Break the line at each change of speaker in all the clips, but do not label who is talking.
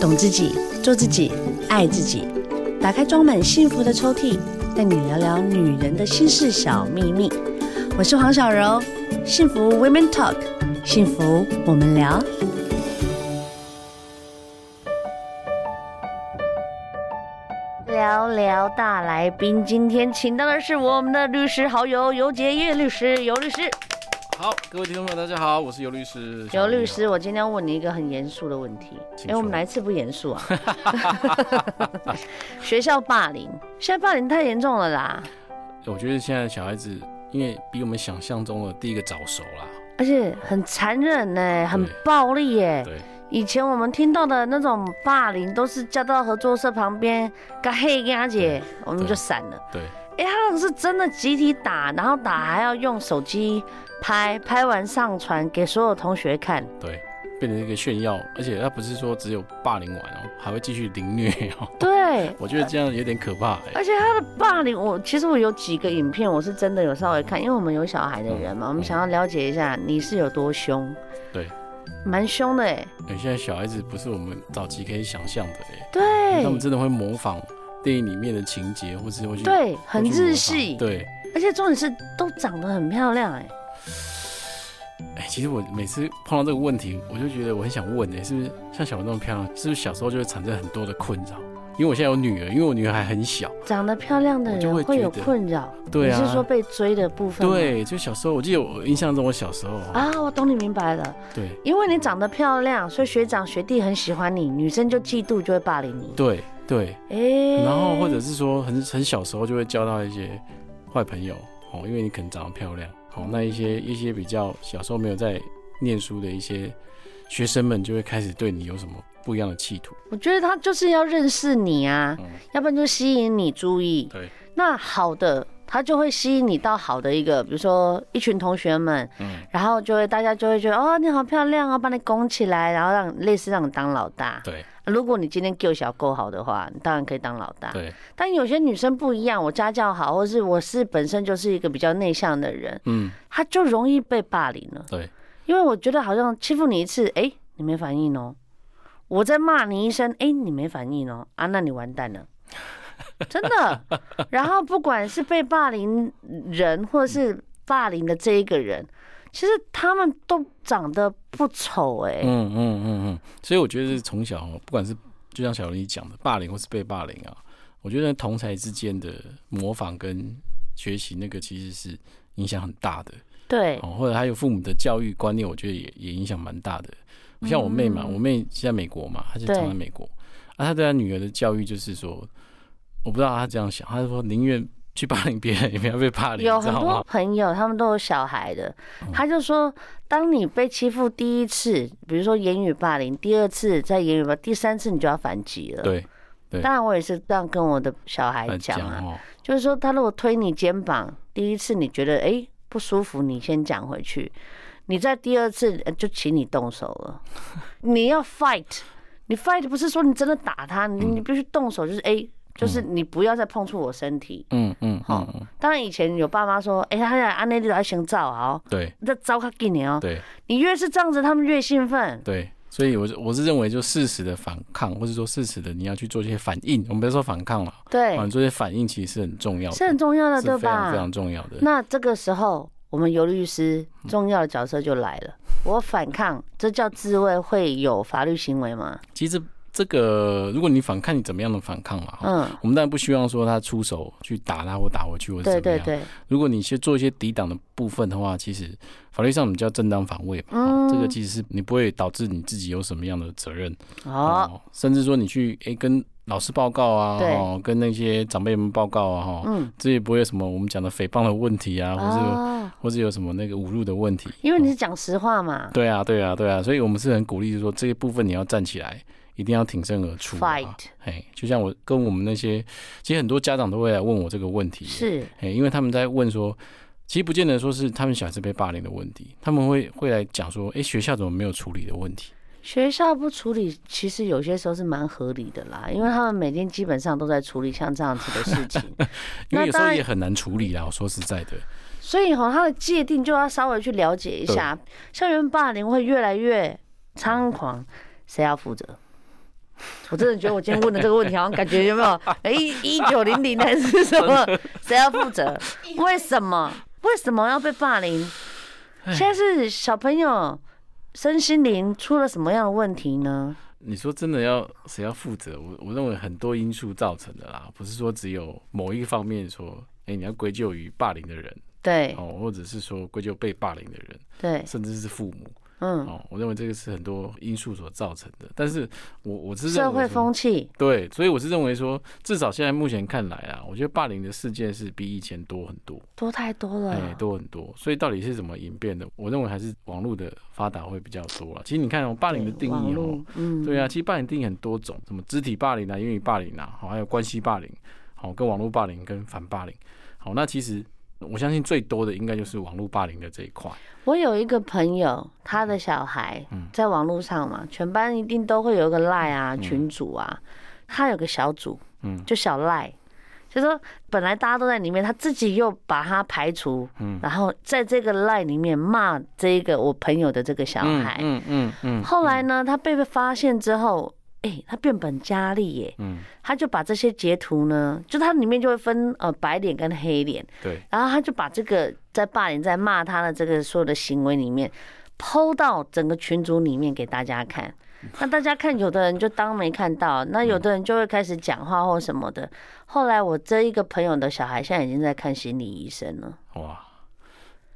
懂自己，做自己，爱自己。打开装满幸福的抽屉，带你聊聊女人的心事小秘密。我是黄小柔，幸福 Women Talk，幸福我们聊。聊聊大来宾，今天请到的是我们的律师好友尤杰业律师，尤律师，
好，各位听众朋友，大家好，我是尤律师。
尤律师，我今天要问你一个很严肃的问题。
请
哎，我们
说
哪一次不严肃啊？ 学校霸凌，现在霸凌太严重了啦，
我觉得现在小孩子，因为比我们想象中的第一个早熟啦，
而且很残忍呢、很
对
暴力耶、
对，
以前我们听到的那种霸凌，都是叫到合作社旁边，嘎嘿嘎姐，我们就
对
闪了。
对，
哎、他那个是真的集体打，然后打还要用手机拍，拍完上传给所有同学看。
对，变成一个炫耀，而且他不是说只有霸凌完哦，还会继续凌虐哦。
对，
我觉得这样有点可怕、哎
而且他的霸凌，我其实我有几个影片，我是真的有稍微看，因为我们有小孩的人
嗯
嘛，我们想要了解一下你是有多凶。
对，
蛮凶的哎。
哎现在小孩子不是我们早期可以想象的、哎，
对
他们真的会模仿电影里面的情节，或是会去
对，很
会去模
日
仿
系，
对，
而且重点是都长得很漂亮哎。
哎、其实我每次碰到这个问题，我就觉得我很想问、哎，是不是像小文那么漂亮，是不是小时候就会产生很多的困扰？因为我现在有女儿，因为我女儿还很小，
长得漂亮的
我就
人
会
会有
觉得
困扰，
对
你是说
啊，
被追的部分吗？
对，就小时候，我记得我印象中我小时候，啊、
啊，我懂你明白了，
对
因为你长得漂亮，所以学长学弟很喜欢你，女生就嫉妒，就会霸凌你。
对对，
哎、
然后或者是说很很小时候就会交到一些坏朋友哦，因为你可能长得漂亮哦，那一些一些比较小时候没有在念书的一些学生们就会开始对你有什么不一样的企图，
我觉得他就是要认识你啊，
嗯
要不然就吸引你注意。
对，
那好的，他就会吸引你到好的一个，比如说一群同学们，
嗯，
然后就会大家就会觉得哦，你好漂亮哦，把你拱起来，然后让类似让你当老大。
对
如果你今天够小够好的话，你当然可以当老大。
对，
但有些女生不一样，我家教好，或是我是本身就是一个比较内向的人，
嗯
她就容易被霸凌了。
对，
因为我觉得好像欺负你一次，哎、你没反应哦；我在骂你一声，哎、你没反应哦，啊，那你完蛋了。真的，然后不管是被霸凌人，或是霸凌的这一个人，其实他们都长得不丑哎、
嗯嗯嗯嗯，所以我觉得是从小哦，不管是就像小林你讲的，霸凌或是被霸凌啊，我觉得同才之间的模仿跟学习那个其实是影响很大的
对，
哦，或者还有父母的教育观念，我觉得也也影响蛮大的。像我妹嘛，我妹是在美国嘛，她就
嗯对
常在美国，啊，她对她女儿的教育就是说，我不知道她这样想，她说宁愿去霸凌别人，也不要被霸凌，
有
你知
很
道
多
吗？嗯
朋友，他们都有小孩的，他就说，当你被欺负第一次，比如说言语霸凌，第二次再言语霸，第三次你就要反击了。，
对，对
当然我也是这样跟我的小孩
她
讲啊，
哦，
就是说他如果推你肩膀，第一次你觉得哎、诶不舒服，你先讲回去，你在第二次呃就请你动手 了，你要 fight，你 fight 不是说你真的打他，你你必须动手，就是哎、诶就是你不要再碰触我身体。
嗯嗯，
好
嗯嗯，
当然，以前有爸妈说，哎、他俩安内利来先照啊，
对
这照他给你哦。
对。
你越是这样子，他们越兴奋。
对，所以我是我是认为，就适时的反抗，或者说适时的你要去做一些反应。我们不要说反抗了，
对，
啊，你做一些反应其实是很重要的，
是很重要的，
是
对
非常非
吧？
常重要的。
那这个时候，我们尤律师重要的角色就来 了。我反抗，这叫自卫，会有法律行为吗？
其实这个，如果你反抗，你怎么样的反抗嘛？哈
嗯，
我们当然不希望说他出手去打他或打回去或者
对
怎么
对对，
样。如果你去做一些抵挡的部分的话，其实法律上我们叫正当防卫嘛。
嗯
哦这个其实是你不会导致你自己有什么样的责任。
哦，
哦，甚至说你去诶、跟老师报告啊，
对
哦，跟那些长辈们报告啊，哈、
嗯，
这也不会有什么我们讲的诽谤的问题啊，或是、
哦，
或是有什么那个侮辱的问题。
因为你是讲实话嘛
对啊，对啊，对啊，所以我们是很鼓励就是说这一部分你要站起来，一定要挺身而出、啊。
，fight
哎，就像我跟我们那些，其实很多家长都会来问我这个问题，
是
哎，因为他们在问说。其实不见得说是他们小孩子被霸凌的问题，他们会会来讲说，哎，学校怎么没有处理的问题？
学校不处理，其实有些时候是蛮合理的啦，因为他们每天基本上都在处理像这样子的事情，
因为
那
有时
当
候
然
也很难处理啦。我说实在的，
所以哈，它的界定就要稍微去了解一下。校园霸凌会越来越猖狂，谁要负责？我真的觉得我今天问的这个问题，好像感觉有没 有？哎，一九零零还是什么？谁要负责？为什么？为什么要被霸凌？
哎
现在是小朋友身心灵出了什么样的问题呢？
你说真的要谁要负责？我我认为很多因素造成的啦，不是说只有某一个方面说，哎、你要归咎于霸凌的人
对
哦，或者是说归咎被霸凌的人，
对，
甚至是父母
嗯，
哦。我认为这个是很多因素所造成的。但是我我是认为
社会
说
风气，
对，所以我是认为说，至少现在目前看来啊，我觉得霸凌的事件是比以前多很多，
多太多了。
哎、多很多。所以到底是怎么演变的？我认为还是网络的发达会比较多了。其实你看、哦，霸凌的定
网
义哦、
络，嗯，
对啊，其实霸凌定义很多种，什么肢体霸凌啊、言语霸凌啊，好，还有关系霸凌，好，跟网络霸凌跟反霸凌，好，那其实我相信最多的应该就是网络霸凌的这一块，
我有一个朋友，他的小孩
嗯
在网络上嘛，全班一定都会有一个赖啊、群主啊，他有个小组，
嗯
就小赖，就说本来大家都在里面，他自己又把他排除，
嗯
然后在这个赖里面骂这个我朋友的这个小
嗯
孩。
嗯嗯嗯
后来呢，他被发现之后，哎、他变本加厉耶，
嗯，
他就把这些截图呢，就他里面就会分呃白脸跟黑脸。
对，
然后他就把这个在霸凌、在骂他的这个所有的行为里面，抛到整个群组里面给大家看。那大家看，有的人就当没看到，那有的人就会开始讲话或什么的。后来我这一个朋友的小孩现在已经在看心理医生了。
哇。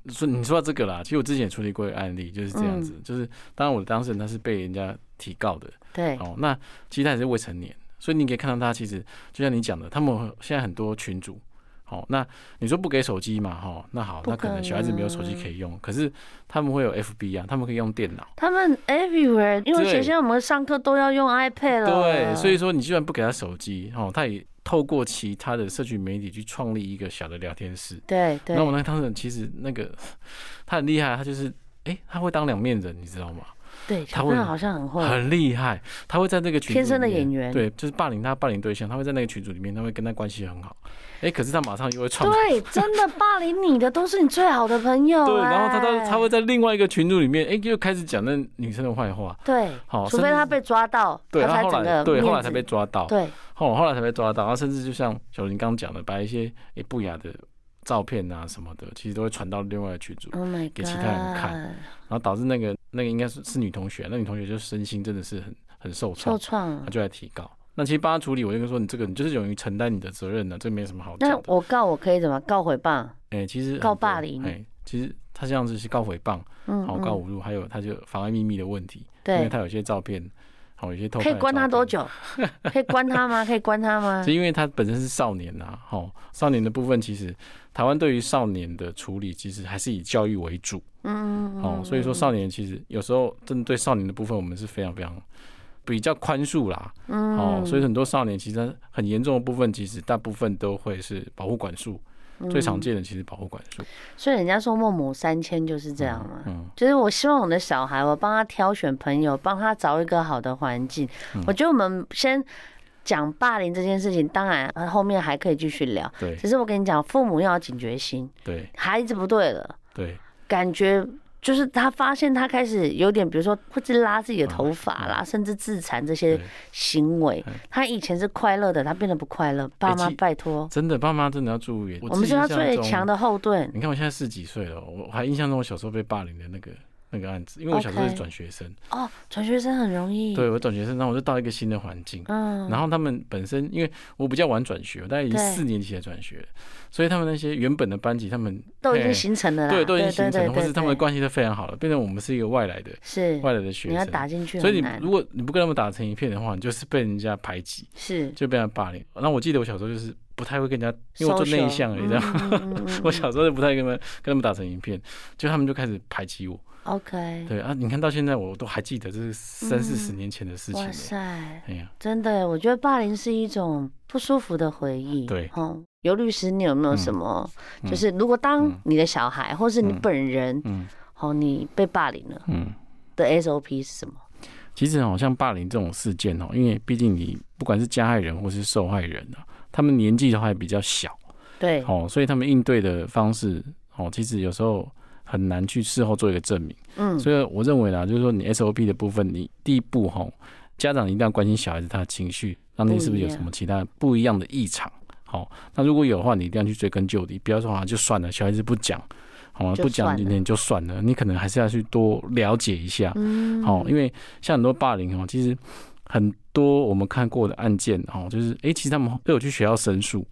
说你说到这个啦，其实我之前也处理过一个案例，就是这
嗯
样子，就是当然我的当事人他是被人家提告的，
对，
哦，那其实他也是未成年，所以你可以看到他其实就像你讲的，他们现在很多群主，好、那你说不给手机嘛，哈、哦那好，
不
那可
可
能小孩子没有手机可以用，可是他们会有 FB 啊，他们可以用电脑，
他们 everywhere，因为
对
首先我们上课都要用 iPad 了。
对，所以说你居然不给他手机，哦，他也透过其他的社群媒体去创立一个小的聊天室。
对对
那，我那当然其实那个他很厉害，他就是哎、他会当两面人，你知道吗？
对，
他
小朋友
会
好像很会，
很厉害，他会在那个群
嗯
组
天生的
里面
演员
对，就是霸凌他霸凌对象，他会在那个群组里面，他会跟他关系很好，哎、可是他马上又会创，
对，真的霸凌你的都是你最好的朋友、
对，然后他
哎
他他会在另外一个群组里面，哎、又开始讲那女生的坏话，
对，
好
除
甚
非
至
他被抓到，
对，
他
他
才
后
整
来
个
对后
面
来才
子
被抓到，
对
后后来才被抓到，然后甚至就像小林刚讲的，把一些哎、不雅的照片啊什么的，其实都会传到另外的群组，
，Oh my god，
给其他人看然后导致那个那个应该是是女同学，那女同学就身心真的是很很受
受，
创
创
他。就来提告。那其实帮他处理，我就跟他说，你这个你就是勇于承担你的责任的、这没什么好讲
那
的。
我告我可以怎么告诽谤？
哎、其实很
告
多
霸凌
哎、其实他这样子是告诽谤，
嗯，
好告
嗯
侮辱，还有他就妨碍秘密的问题，因为
对，
他有些照片，好有些偷
可以
拍的
关
照
他
片
多？ 久？啊可以关他吗？可以关他吗
是？因为他本身是少年呐、啊，好少年的部分，其实台湾对于少年的处理，其实还是以教育为主，
嗯，嗯
哦，所以说少年其实有时候针对少年的部分，我们是非常非常比较宽恕啦，
嗯
哦，所以很多少年其实很严重的部分，其实大部分都会是保护管束，
嗯
最常见的其实保护管束，
所以人家说孟母三迁就是这样嘛。
嗯，
就是我希望我的小孩，我帮他挑选朋友，帮他找一个好的环境。
嗯
我觉得我们先讲霸凌这件事情，当然呃后面还可以继续聊。
对
只是我跟你讲，父母要有警觉心，
对
孩子不对了。
对，
感觉就是他发现他开始有点，比如说会去拉自己的头发啦，甚至自残这些
嗯对
行为
嗯。哎
他以前是快乐的，他变得不快乐。爸妈
其
拜托，
真的爸妈真的要注意。
我
自
们
己
是他
印象
最
中
强。的后盾。
你看我现在四十几岁了，我我还印象中我小时候被霸凌的那个那个案子，因为我小时候
OK
是转学生
哦，转学生很容易。
对我转学生，然后我就到一个新的环境。
嗯，
然后他们本身，因为我比较晚转学，我大概已经
对
四年级才转学，所以他们那些原本的班级，他们
都已经
嘿
形成了啦。
哎对都已经形成
对
了，
对
或是他们的
对
关系都非常好了，变成我们是一个外来的
是
外来的学
你要
生。
打进去
所
很
以你
难
如。果你不跟他们打成一片的话，你就是被人家排挤，
是
就被人家霸凌。那我记得我小时候就是不太会跟人家，因为我做
social
内向，你知道吗，
嗯 嗯嗯嗯
我小时候就不太跟他们跟他们打成一片，就他们就开始排挤我。
OK。
对啊，你看到现在我都还记得，这是三四十年前的事情
嗯哇
了。
塞，
哎呀，
真的，我觉得霸凌是一种不舒服的回忆。
对嗯
哦，尤律师，你有没有什么？就是如果当你的小孩、或是你本人，
嗯
哦，你被霸凌了
嗯，
的 SOP 是什么？
其实好像霸凌这种事件哦，因为毕竟你不管是加害人或是受害人啊，他们年纪都还比较小
对，
哦，所以他们应对的方式哦，其实有时候很难去事后做一个证明。
嗯，
所以我认为啦，就是说你 SOP 的部分，你第一步哈，家长一定要关心小孩子他的情绪，那你是不是有什么其他不一样的异常？好，那如果有的话，你一定要去追根究底，不要说啊就算了，小孩子不讲，好吗？
就
不讲
算
今
了
天就算了，你可能还是要去多了解一下。
嗯，
好，因为像很多霸凌哦，其实很多我们看过的案件哦，就是诶，其实他们都有去学校申诉，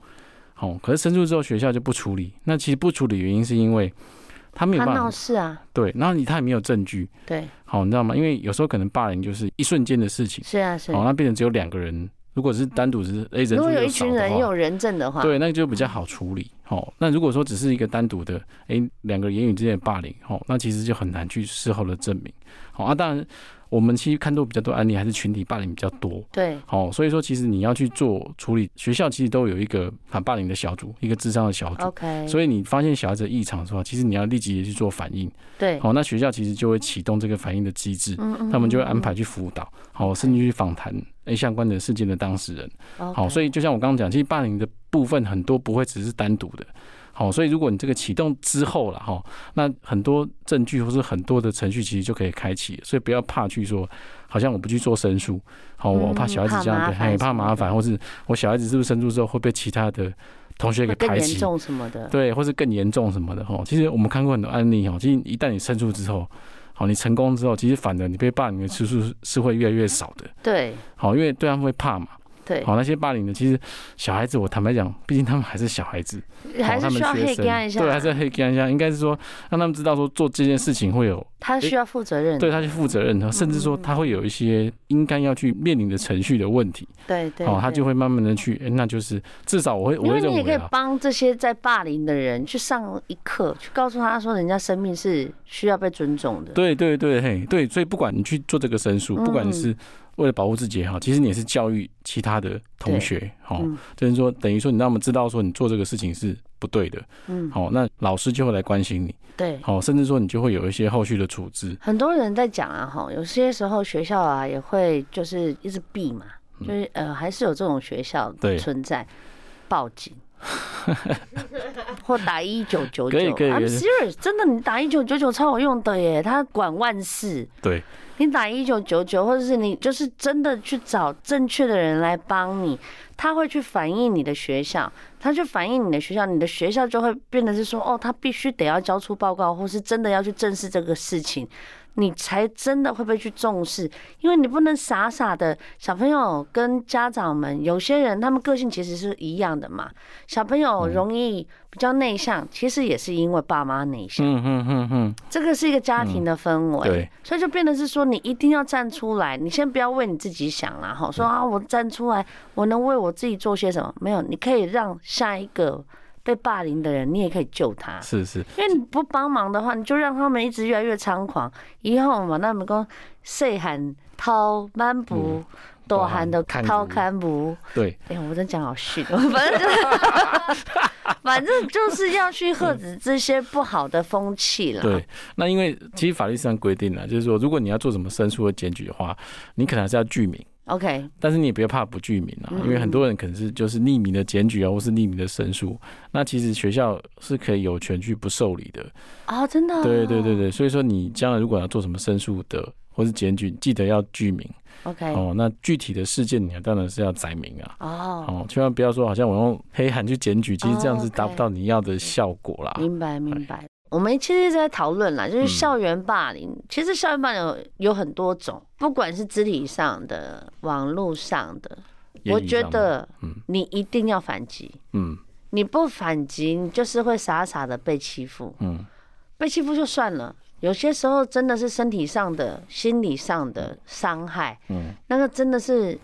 好，可是申诉之后学校就不处理。那其实不处理原因是因为他没有
他
办
闹
法
事啊，
对，然后你他也没有证据，
对，
好，你知道吗？因为有时候可能霸凌就是一瞬间的事情，
是啊是。
好，那变成只有两个人，如果是单独是诶，
如
人数
果有
又
一
少
群
的
人
话。
有人证的话，
对，那就比较好处理。好、那如果说只是一个单独的，哎、两个言语之间的霸凌，好、那其实就很难去事后的证明。好、啊，当然我们其实看到比较多案例还是群体霸凌比较多。
对
好、所以说其实你要去做处理，学校其实都有一个反霸凌的小组，一个智商的小组。
，OK，
所以你发现小孩子的异常的话，其实你要立即的去做反应。
对，
好、那学校其实就会启动这个反应的机制，
嗯嗯
他们就会
嗯
安排去辅导，好、甚至去访谈哎相关的事件的当事人。
嗯
好，
OK
所以就像我刚刚讲，其实霸凌的部分很多不会只是单独的。好，所以如果你这个启动之后了哈，那很多证据或是很多的程序其实就可以开启，所以不要怕去说，好像我不去做申诉，好，我
嗯
怕小孩子
怕
这样
麻
被，
烦
害
什
怕
么
麻
的
烦，或是我小孩子是不是申诉之后会被其他的同学给
会更
排
严
挤，
重什么的，
对，或是更严重什么的哈。其实我们看过很多案例哈，其实一旦你申诉之后，好，你成功之后，其实反而你被霸凌的次数是是会越来越少的，
对
好，因为对方会怕嘛。
对，
好，那些霸凌的，其实小孩子，我坦白讲，毕竟他们还是小孩子，
还是
好
需
他
要
们
黑
学生，
给他一下，
对，还是要黑干一下，应该是说让他们知道说做这件事情会有
他需要负责任，
对他去负责
嗯
任，甚至说他会有一些应该要去面临的程序的问题，哦
对对，
好，他就
会。
会慢慢的去，诶那就是至少我会我
因
会
为
认
你也可
为
以
啊，
帮这些在霸凌的人去上一课，去告诉他说，人家生命是需要被尊重的。
对对对，嘿，对，所以不管你去做这个申
嗯
诉，不管你是为了保护自己也好，其实你也是教育其他的同
对
学，好，
嗯
就是说等于说你让他们知道说你做这个事情是不对的，
嗯，
好，那老师就会来关心你。
对。
好，甚至说你就会有一些后续的处置。
很多人在讲啊，哈，有些时候学校啊也会就是一直避嘛，
嗯
就是呃还是有这种学校
对
存在，报 警或打一九九九
可以可以可
，I'm
以
serious，真的你打一九九九超有用的耶，他管万事。
对
你打一九九九，或者是你就是真的去找正确的人来帮你，他会去反映你的学校，他去反映你的学校，你的学校就会变得是说，哦，他必须得要交出报告，或是真的要去正视这个事情，你才真的会被去重视，因为你不能傻傻的。小朋友跟家长们，有些人他们个性其实是一样的嘛，小朋友容易比较内向，其实也是因为爸妈内向。
嗯嗯嗯嗯，
这个是一个家庭的氛围，
对
所以就变得是说，你一定要站出来，你先不要为你自己想啦，哈，
嗯
说啊，我站出来，我能为我自己做些什么？没有，你可以让下一个被霸凌的人，你也可以救他，
是是，
因为你不帮忙的话，你就让他们一直越来越猖狂，以后嘛，那么讲细汉偷蛮不
嗯，
大汉的
看
偷
不
看不。
对，
哎、我真讲好逊哦，反正就是，反正就是要去遏止这些不好的风气啦。
对。那因为其实法律上规定了，啊就是说，如果你要做什么申诉和检举的话，你可能还是要具名，
OK，
但是你也不要怕不具名啊，
嗯
因为很多人可能是就是匿名的检举啊，或是匿名的申诉。那其实学校是可以有权去不受理的。
哦，真的、哦，
对对对对，所以说你将来如果要做什么申诉的或是检举，记得要具名
，OK，
哦。那具体的事件，你当然是要载明啊。
哦，
哦，千万不要说好像我用黑函去检举，其实这样
哦
是
，OK
达不到你要的效果啦。
明白明白。我们其实一直在讨论啦，
嗯
就是校园霸凌。其实校园霸凌有有很多种，不管是肢体上的、网络上的，
言
我
语
觉
上的，
得
嗯
你一定要反击。
嗯
你不反击，你就是会傻傻的被欺负。
嗯，
被欺负就算了，有些时候真的是身体上的、心理上的伤害，
嗯，
那个真的是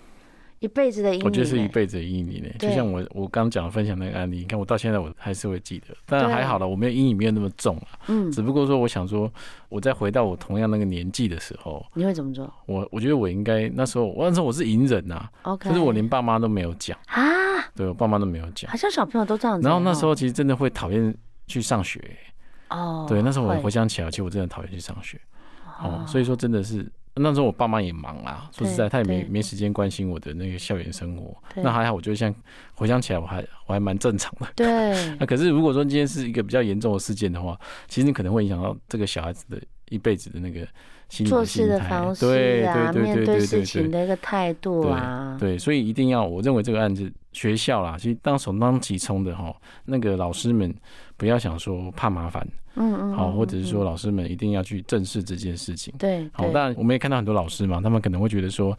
一辈子的阴影欸、
我觉得是一辈子的阴影呢。欸就
对
像我我刚讲分享那个案例，你看我到现在我还是会记得，但
对
还好了，我没有阴影没有那么重了。
嗯，
只不过说，我想说，我再回到我同样那个年纪的时候，
你会怎么做
我我觉得我应该那时候，我那时候我是隐忍呐，
？OK，
可是我连爸妈都没有讲，
啊，
对我爸妈都没有讲。
好像小朋友都这样子欸。
然后那时候
哦
其实真的会讨厌去上学欸，
哦，
对，那时候我
会
回想起来，其实我真的很讨厌去上学。哦
哦，
所以说真的是那时候我爸妈也忙啦，说实在
对
他也没
对
没时间关心我的那个校园生活。
对
那还好，我觉得像回想起来，我还我还蛮正常的。
对
那可是如果说今天是一个比较严重的事件的话，其实你可能会影响到这个小孩子的一辈子的那个心理
做
心
事的
态
方式
对
啊，
对对
面
对对
事
对
情
对
的一个态度啊，
对，所以一定要，我认为这个案子学校啦，其实当首当其冲的哈，那个老师们不要想说怕麻烦，
嗯嗯，
好，
嗯
或者是说
嗯
老师们一定要去正视这件事情。
对，
好，
对
当然我们也看到很多老师嘛，他们可能会觉得说，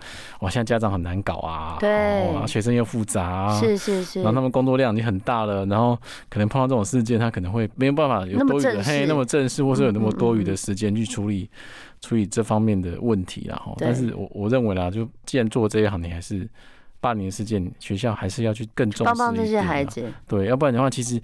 哇，现在家长很难搞啊，
对
哦然后学生又复杂、啊，
是是是
然，后他们工作量已经很大了，然后可能碰到这种事件，他可能会没有办法有
那么
多余
正
的
式
嘿那么正式，或是有那么
嗯嗯
多余
嗯
的时间去处理、处理这方面的问题啦。哈，
对
但是我我认为啦，就既然做这一行，你还是霸凌事件，学校还是要去更重视
帮帮这
一
些
点啊
孩
啦
子，
对，要不然的话，其实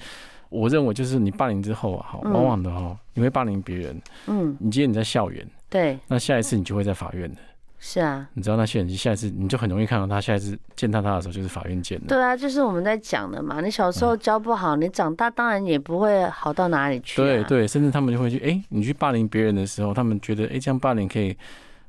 我认为就是你霸凌之后啊，好，
嗯
往往的哦，你会霸凌别人，
嗯，
你今天你在校园，
对，
那下一次你就会在法院的，
是啊，
你知道那些人下一次你就很容易看到他下一次见到他的时候就是法院见的。
对啊，就是我们在讲的嘛，你小时
嗯
候教不好，你长大当然也不会好到哪里去，啊
对，对，甚至他们就会去，哎、你去霸凌别人的时候，他们觉得，哎、这样霸凌可以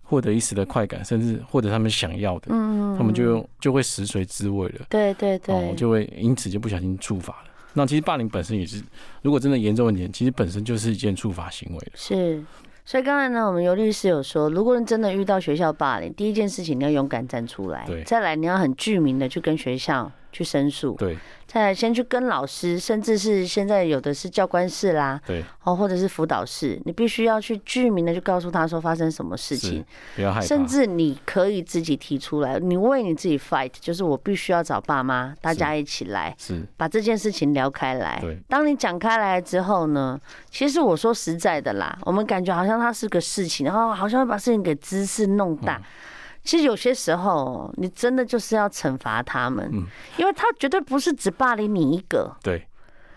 获得一时的快感，甚至获得他们想要的，
嗯，
他们就就会食髓知味了，
对对
哦
对，，
就会因此就不小心触法了。那其实霸凌本身也是，如果真的严重一点，其实本身就是一件触法行为了。
是。所以刚才呢，我们尤律师有说，如果你真的遇到学校霸凌，第一件事情你要勇敢站出来
对，
再来你要很具名的去跟学校去申诉，
对
再来先去跟老师，甚至是现在有的是教官室啦，
对，
哦，或者是辅导室，你必须要去具名的去告诉他说发生什么事情
是，不要害怕，
甚至你可以自己提出来，你为你自己 fight，就是我必须要找爸妈，大家一起来
是
把这件事情聊开来
对。
当你讲开来之后呢，其实我说实在的啦，我们感觉好像它是个事情，然后好像会把事情给知识弄
嗯
大。其实有些时候，你真的就是要惩罚他们，
嗯
因为他绝对不是只霸凌你一个，
对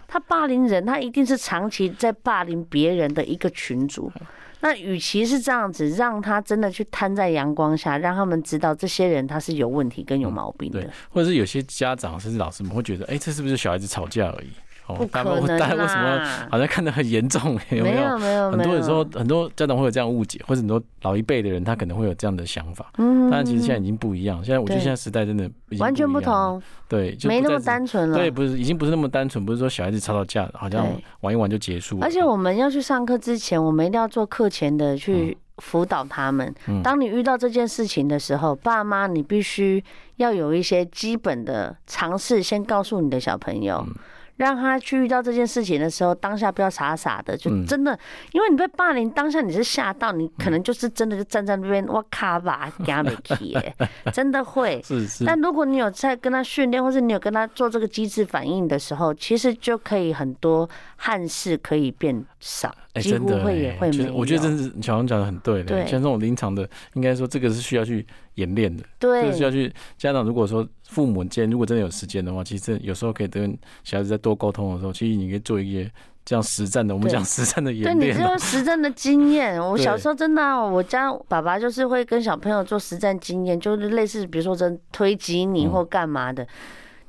他霸凌人，他一定是长期在霸凌别人的一个群组。
嗯
那与其是这样子，让他真的去摊在阳光下，让他们知道这些人他是有问题
嗯
跟有毛病的
对，，或者是有些家长甚至老师们会觉得，哎、这是不是小孩子吵架而已？哦
不
大
可
家
能
大家为什么
啦。
好像看得很严重、 欸？有没有？
有没有，
很多
没
人说
有，
很多家长会有这样误解，或者很多老一辈的人他可能会有这样的想法，
嗯
但其实现在已经不一样。现在我觉得
对
现在时代真的已经
完全
不
不
一样了，
同，
对，就
没
不
那么
再是
单纯了。
对，不是已经不是那么单纯，不是说小孩子吵吵架，好像
对
玩一玩就结束了。
而且我们要去上课之前，我们一定要做课前的去辅导他们。
嗯
当你遇到这件事情的时候，爸妈你必须要有一些基本的尝试，先告诉你的小朋友。
嗯
让他去遇到这件事情的时候，当下不要傻傻的，就
嗯
真的，因为你被霸凌，当下你是吓到，你可能就是真的就站在那边，哇卡吧，加美奇， 真的会。
是是，
但如果你有在跟他训练，或是你有跟他做这个机制反应的时候，其实就可以很多憾事可以变少，
哎、
几
真
乎
的、
会也
哎
会
就
没
是
有。
我觉得真是小王讲的很对的，
对
像这种临场的，应该说这个是需要去演练的，这个需要
对
去家长如果说父母间如果真的有时间的话，其实有时候可以跟小孩子再多沟通的时候，其实你可以做一些这样实战的，我们
对
讲实战的
对
演
你
练
这
啊、
种实战的经 验，我
对
小时候真的啊、我家爸爸就是会跟小朋友做实战经验，就是类似比如说真推挤你
嗯
或干嘛的。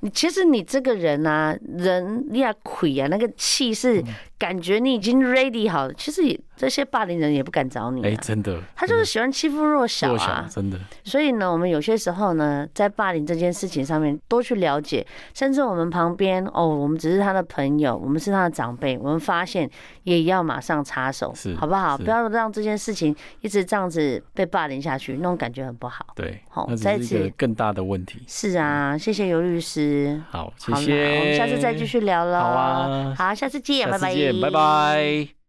你其实你这个人啊，人你啊魁啊，那个气
嗯
势，感觉你已经 ready 好了。其实也这些霸凌人也不敢找你、
哎、
啊，
真的，
他就是喜欢欺负弱
真
小
的弱
啊
小，。真的，
所以呢，我们有些时候呢，在霸凌这件事情上面多去了解，甚至我们旁边哦，我们只是他的朋友，我们是他的长辈，我们发现也要马上插手
是，
好不好？
是
不要让这件事情一直这样子被霸凌下去，那种感觉很不好。
对，
好
那
再
只是一
次
个更大的问题。
是啊，谢谢尤律师，
嗯好，谢
好啦
谢，
我们下次再继续聊喽。
好啊
好，下次见，拜
下次
拜，
见，拜拜